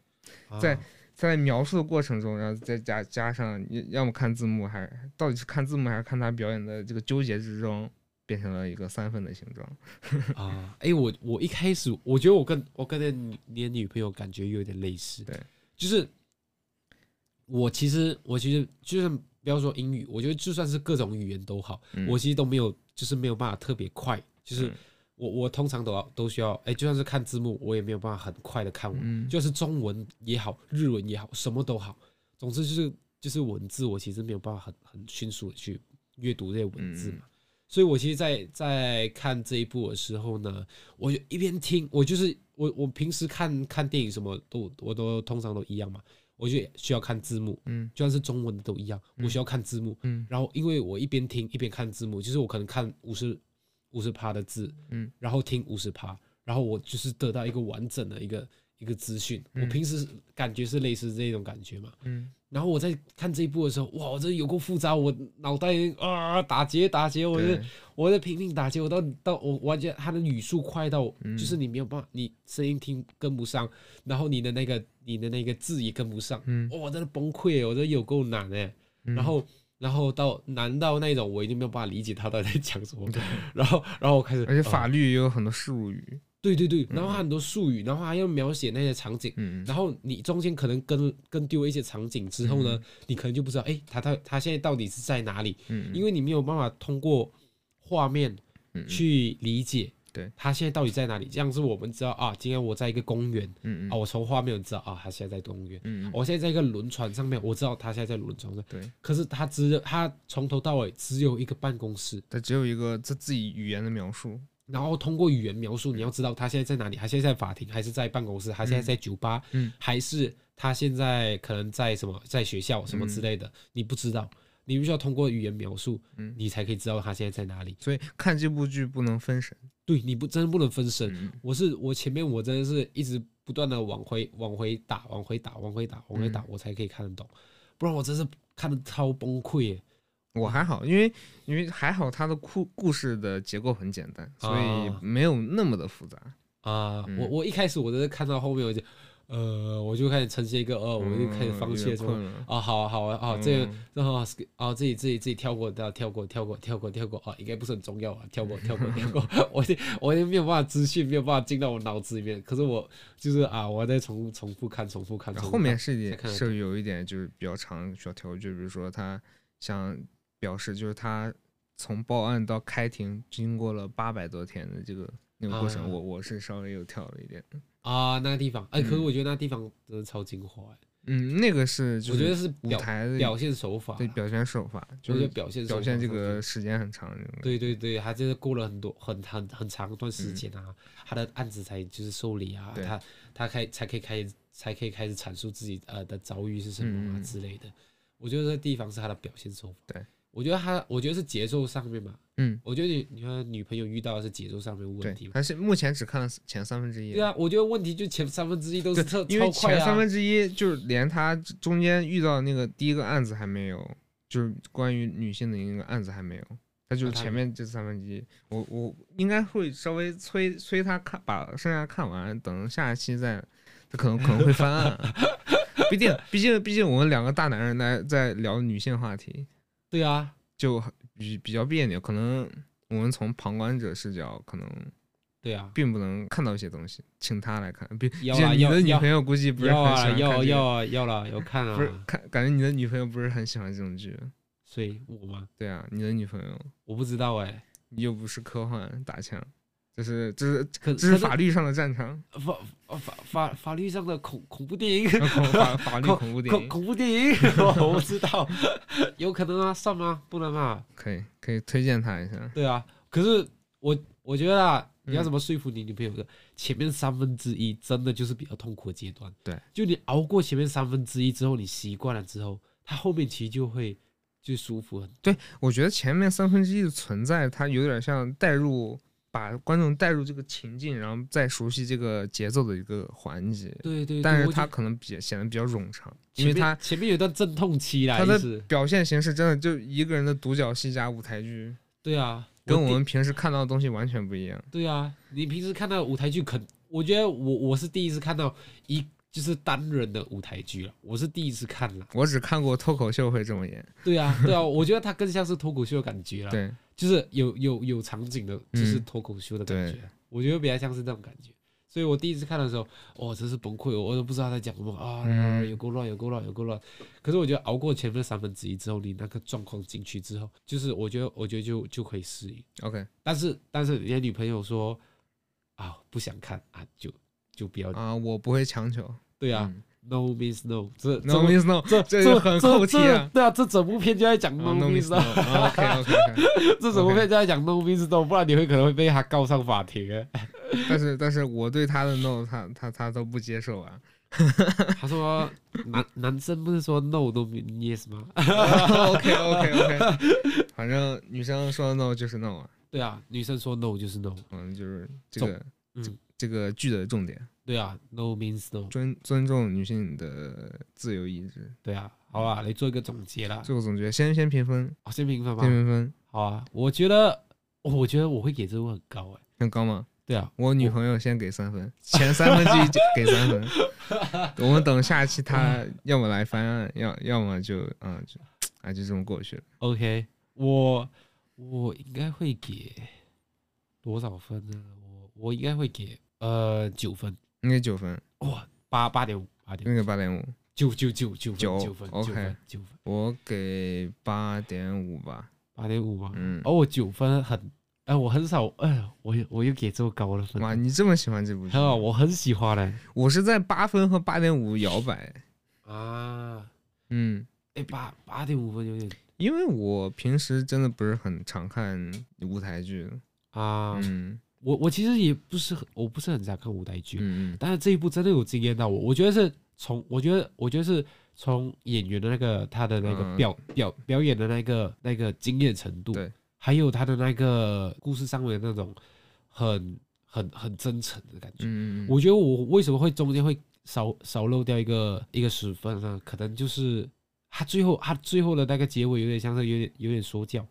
啊在在描述的过程中，然后再加加上你要么看字幕，还是到底是看字幕还是看他表演的这个纠结之中，变成了一个三分的形状。啊，哎，我我一开始我觉得我跟我跟你你的女朋友感觉有点类似，对，就是我其实我其实就算不要说英语，我觉得就算是各种语言都好，嗯我其实都没有就是没有办法特别快，就是嗯我我通常都要都需要，哎，就算是看字幕，我也没有办法很快的看完，嗯就是中文也好，日文也好，什么都好，总之就是就是文字，我其实没有办法很很迅速的去阅读这些文嗯字嘛。所以我其实在，在看这一部的时候呢，我就一边听，我就是我我平时看看电影什么都我都通常都一样嘛，我就需要看字幕，嗯就算是中文的都一样，我需要看字幕。嗯然后因为我一边听一边看字幕，就是我可能看五十五十趴的字，嗯，然后听五十趴，然后我就是得到一个完整的一个一个资讯。嗯我平时感觉是类似这种感觉嘛，嗯然后我在看这一部的时候，哇，我这有够复杂，我脑袋啊打结打结，我对是我在拼命打结，我到到我完全他的语速快到，嗯就是你没有办法，你声音听跟不上，然后你的那个你的那个字也跟不上，嗯，哇我真的崩溃，我这有够难哎。嗯然后然后到难到那种我已经没有办法理解他到底在讲什么，然后然后我开始，而且啊法律也有很多事务语，对对对，然后他很多术语，然后还要描写那些场景。嗯然后你中间可能跟跟丢一些场景之后呢，你可能就不知道，哎，他他他现在到底是在哪里？嗯，因为你没有办法通过画面嗯去理解，对他现在到底在哪里？这样是我们知道啊，今天我在一个公园嗯嗯啊，我从画面知道啊，他现在在公园。嗯嗯我现在在一个轮船上面，我知道他现在在轮船上，对，可是他只有他从头到尾只有一个办公室，它只有一个自自己语言的描述，然后通过语言描述，你要知道他现在在哪里，他现在在法庭，还是在办公室，他现在在酒吧，嗯还是他现在可能在什么，在学校什么之类的，你不知道，你必须要通过语言描述，嗯你才可以知道他现在在哪里。所以看这部剧不能分神。对，你不真的不能分身。嗯我是我前面我真的是一直不断的往回往回打，往回打，往回打，往嗯回打，我才可以看得懂，不然我真是看得超崩溃耶。我还好，因为因为还好，它的故故事的结构很简单，所以啊没有那么的复杂。啊、嗯我我一开始我真的看到后面我就，呃，我就开始呈现一个呃，我就开始嗯放有弃了，点说、困了。啊，好啊好啊，啊，这个嗯然后啊，自己自己自己跳过，跳跳过跳过跳过跳过啊，应该不是很重要啊，跳过跳过跳 过，我就我就没有办法资讯没有办法进到我脑子里面，可是我就是啊，我在重重复看重复看，重复后面看是一再点看是有一点就是比较长需要调，就比如说他想表示就是他从报案到开庭经过了八百多天的这个那个过程，啊我我是稍微有跳了一点。啊那个地方，哎，可是我觉得那地方真的超精华、哎嗯，那个是就我觉得是是舞表台的表现手法啊对啦，表现手法，我觉就得是表现表手现法这上个面。时间很长。这种对对对，他真的过了很多很很很长一段时间啊，他的案子才就是受理啊，嗯对他他开才可以开始才可以开始阐述自己呃的遭遇是什么啊嗯之类的。我觉得这地方是他的表现手法。对，我觉得他我觉得是节奏上面嘛，嗯，我觉得你你和女朋友遇到的是节奏上面的问对题，嘛。他是目前只看了前三分之一。对啊，我觉得问题就前三分之一都是超因为超快前三啊。分之一就是连他中间遇到那个第一个案子还没有，就是关于女性的那个案子还没有，他就是啊他前面这三分之一，我我应该会稍微催催他看，把剩下看完，等下一期再，他可能可能会翻案，啊 毕竟毕竟毕竟我们两个大男人来在聊女性话题，对啊，就比比较别扭，可能我们从旁观者视角可能对啊，并不能看到一些东西，请他来看，毕毕要竟啊你的要女要朋友估计不是要很喜啊欢看要这个要啊要了要看不是啊，看，感觉你的女朋友不是很喜欢这种剧。所以我吗？对啊，你的女朋友，我不知道哎、你又不是科幻打枪，这是这是可这可是法律上的战 场，法法法法律上的恐恐怖电影。然后恐法法律恐恐怖电恐影，恐怖电影， 我不知道， 有可能啊，算吗？不能啊，可以可以推荐他一下。对啊。可是我我觉得啊，你要嗯怎么说服你女朋友的？前面三分之一真的就是比较痛苦的阶段，对，就你熬过前面三分之一之后，你习惯了之后，她后面其实就会就舒服很多。我觉得前面三分之一的存在，它有点像带入，把观众带入这个情境，然后再熟悉这个节奏的一个环节。对对对，但我是就它可能比显得比较冗长，因前为面它前面有一段阵痛期啦，它就的是表现形式真的就一个人的独角戏加舞台剧，对啊，跟我我第们平时看到的东西完全不一样。对啊，你平时看到舞台剧肯，我觉得我我是第一次看到一就是单人的舞台剧了，我是第一次看了。我只看过脱口秀会这么演，对啊， 对啊，我觉得它更像是脱口秀的感觉了，对，嗯就是有有有场景的，就是脱口秀的感觉，对我觉得比较像是那种感觉。所以我第一次看的时候，哇、真是崩溃，我都不知道他在讲什么啊，嗯有够乱，有够乱，有够乱。可是我觉得熬过前面三分之一之后，你那个状况进去之后，就是我觉得，我觉得就就可以适应。 OK 但是但是你的女朋友说啊不想看啊，就就不要、啊，我不会强求。对啊、嗯 n o means no，这这 no means no，这这这个很扣题这啊这对啊，这整部片就在讲 no no 啊 means means no， no，OK OK，这整部片就在讲 no means no，不然你会可能会被他告上法庭啊。但是但是我对他的 no，他他他都不接受啊。 他说男男生不是说 no 都 yes 吗？ OK OK OK，反 正女生说 no 就是 no 啊，对啊，女生说 no 就是 no，嗯，就是这个嗯这这个剧的重点。对啊，no means no，尊尊重女性的自由意志。对啊，好啦，来做一个总结啦。最后总结，先先评分，哦，先评分吧先。评分好啊，我觉得，哦我觉得我会给这个很高哎、很高吗？对啊，我女朋友先给三分，前三分之一就给三分。 我们等下期她 要么来翻案，要要么就嗯就啊就这么过去了。 OK，我我应该会给多少分呢？我我应该会给呃九分，应该九分，哇，八八点五，八点应该八点五，九九九九分九九分九 OK 分九分我给八点五吧。八点五嘛。嗯，哦，我九分很，哎，我很少，哎呀，我又我又给这么高的分，哇，你这么喜欢这部剧很？好，我很喜欢嘞我是在八分和八点五摇摆。啊，嗯，哎八八点五分有点因为我平时真的不是很常看舞台剧的。啊，嗯我我其实也不是很，我不是很常看舞台剧，嗯嗯但是这一部真的有惊艳到我，我觉得是从，我觉得我觉得是从演员的那个他的那个嗯表、表表演的那个那个惊艳程度，对，还有他的那个故事上面的那种很很很真诚的感觉。嗯嗯，我觉得我为什么会中间会少少漏掉一个一个十分呢？可能就是他最后他最后的那个结尾有点像是有点有点说教，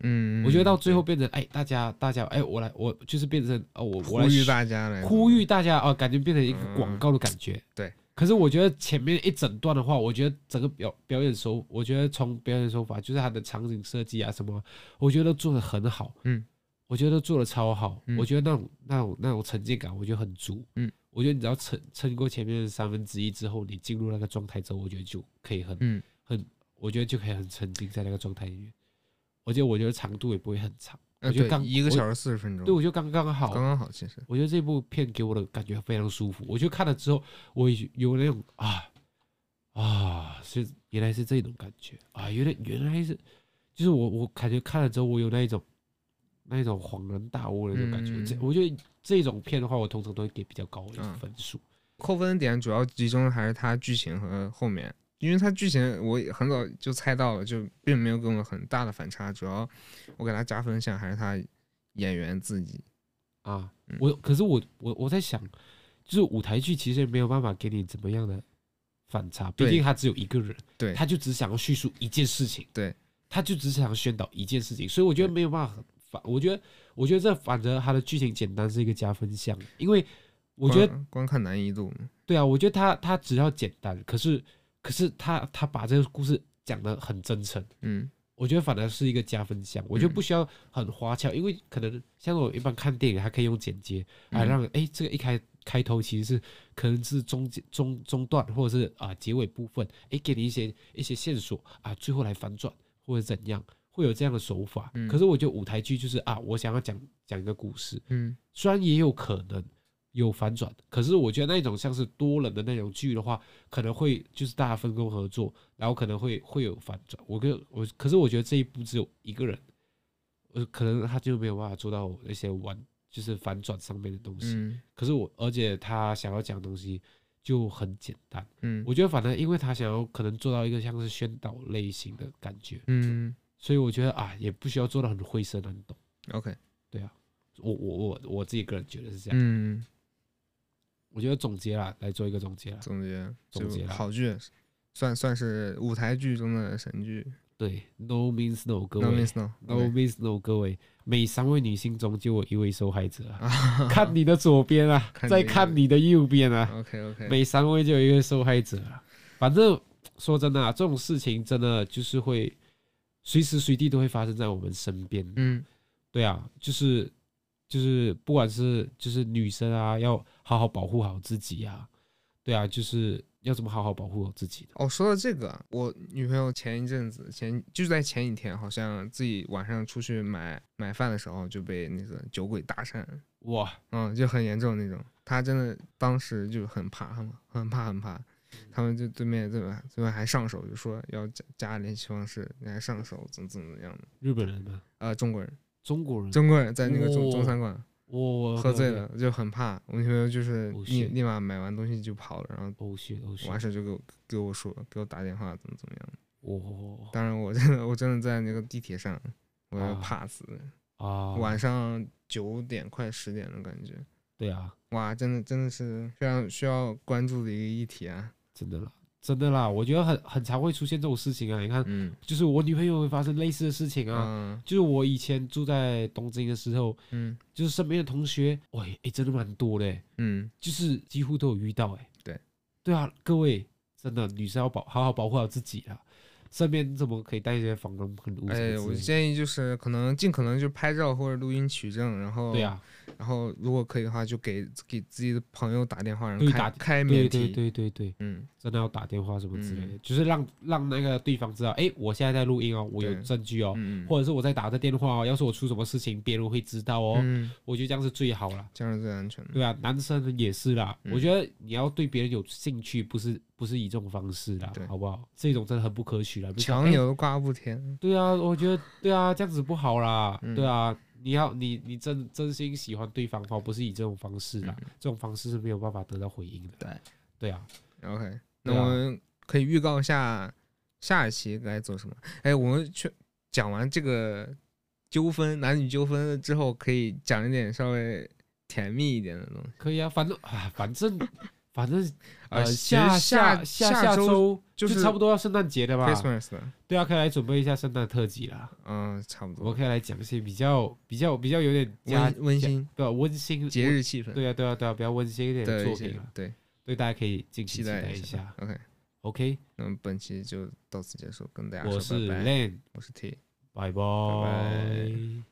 嗯，嗯我觉得到最后变成哎大家大家哎我来我就是变成哦我我呼来吁大家来呼吁大家啊，感觉变成一个广告的感觉。嗯对。可是我觉得前面一整段的话，我觉得整个表表演手，我觉得从表演手法，就是他的场景设计啊什么，我觉得都做的很好。嗯。我觉得都做的超好，嗯我觉得那种那种那种沉浸感，我觉得很足。嗯。我觉得你只要撑撑过前面的三分之一之后，你进入那个状态之后，我觉得就可以很、嗯很，我觉得就可以很沉浸在那个状态里面。我觉得我觉得长度也不会很长，呃我觉得对刚一个我小时四十分钟，对我觉得刚刚好，刚刚好，其实我觉得这部片给我的感觉非常舒服，我就看了之后，我有有那种啊啊，是原来是这种感觉啊，原来原来是，就是我我感觉看了之后，我有那一种那一种恍然大悟的那种感觉。嗯这我觉得这种片的话，我通常都会给比较高的嗯分数。扣分点主要集中还是它剧情和后面，因为它剧情我也很早就猜到了，就并没有跟我很大的反差，主要我给它加分项还是它演员自己，啊嗯，我可是我我我在想，就是舞台剧其实也没有办法给你怎么样的反差，毕对竟他只有一个人，对他就只想要叙述一件事情，对，他就只想要宣导一件事情，所以我觉得对没有办法很反，我觉得我觉得这反正他的剧情简单是一个加分项，因为我觉得光光看难易度，对啊，我觉得他他只要简单，可是可是他他把这个故事讲得很真诚，嗯我觉得反而是一个加分项，我觉得嗯不需要很花俏，因为可能像我一般看电影，还可以用剪接啊，嗯让哎这个一开开头其实是可能是中间中中段或者是啊结尾部分，哎给你一些一些线索啊，最后来反转或者怎样，会有这样的手法。嗯可是我觉得舞台剧就是啊，我想要讲讲一个故事，嗯虽然也有可能有反转，可是我觉得那种像是多人的那种剧的话，可能会就是大家分工合作，然后可能会会有反转。我跟我，可是我觉得这一部只有一个人，呃，可能他就没有办法做到那些玩就是反转上面的东西。嗯可是我，而且他想要讲的东西就很简单，嗯我觉得反正因为他想要可能做到一个像是宣导类型的感觉，嗯所以我觉得啊，也不需要做到很灰色难懂。 ，OK，我我我我自己个人觉得是这样。嗯，我觉得总结啦，来做一个总结啦。总结总结就了好剧，算算是舞台剧中的神剧对，No means no，各，No 位 means ，No No， means no，各位，每三位女性中就有一位受害者啊、啊看你的左边啊， 看你的再看你的右边啊， ，OK OK，每三位就有一位受害者啊。反正说真的啊，这种事情真的就是会随时随地都会发生在我们身边。嗯对啊，就是就是不管是就是女生啊，要好好保护好自己啊。对啊，就是要怎么好好保护好自己的。哦，说到这个，我女朋友前一阵子前就在前几天，好像自己晚上出去买买饭的时候就被那个酒鬼搭讪，哇，嗯，就很严重那种。她真的当时就很怕嘛，很怕很怕。他们就对面对吧，对面还上手，就说要加加联系方式，你还上手怎么怎么样的？日本人啊吗？呃，中国人，中国人？中国人在那个中、中哦餐馆我喝醉了，就很怕。我女朋友就是哦立是立马买完东西就跑了，然后哦血哦血，完事就给我给我说给我打电话怎么怎么样。我当然，我真的我真的在那个地铁上，我要啊怕死了。啊，晚上九点快十点的感觉，对啊，哇，真的真的是非常需要关注的一个议题啊。真的啦，真的啦，我觉得很很常会出现这种事情啊。你看，嗯就是我女朋友会发生类似的事情啊。嗯就是我以前住在东京的时候，嗯就是身边的同学，喂，诶，真的蛮多的，嗯，就是几乎都有遇到，哎，对，对啊，各位，真的女生要保好好保护好自己啊，身边怎么可以带一些防狼喷雾什么之类哎，的？我建议就是可能尽可能就拍照或者录音取证，然后对，啊，然后如果可以的话，就给给自己的朋友打电话，然后对开打开免对提，对对对对，嗯真的要打电话什么之类的，嗯就是让让那个对方知道，哎、我现在在录音哦，我有对证据哦，嗯，或者是我在打着电话哦，要是我出什么事情，别人会知道哦，嗯，我觉得这样是最好啦。这样是最安全的。对啊，男生也是啦。嗯我觉得你要对别人有兴趣，不是不是以这种方式啦对，好不好？这种真的很不可取啦。不是强哎扭的瓜不甜，对啊，我觉得对啊，这样子不好啦。嗯对啊，你要你你真真心喜欢对方的话，不是以这种方式啦，这种方式是没有办法得到回应的。嗯对，对啊， OK，那对啊我们可以预告一下下一期该做什么？哎，我们去讲完这个纠纷，男女纠纷之后，可以讲一点稍微甜蜜一点的东西。可以啊，反正啊，反正反正啊呃，其实下下下下下周就是是差不多要圣诞节了吧？ Christmas 的，对啊，可以来准备一下圣诞特辑啦。嗯，差不我们多，可以来讲一些比较比较比较有点加温温馨对啊温馨节日气氛对啊，对啊，对啊，比较温馨一点的的一作些品啊，对，对大家可以敬期请期待待一一下下。。 OK， OK，那么本期就到此结束，跟大家我说是拜拜， Len，我是 T。拜拜拜。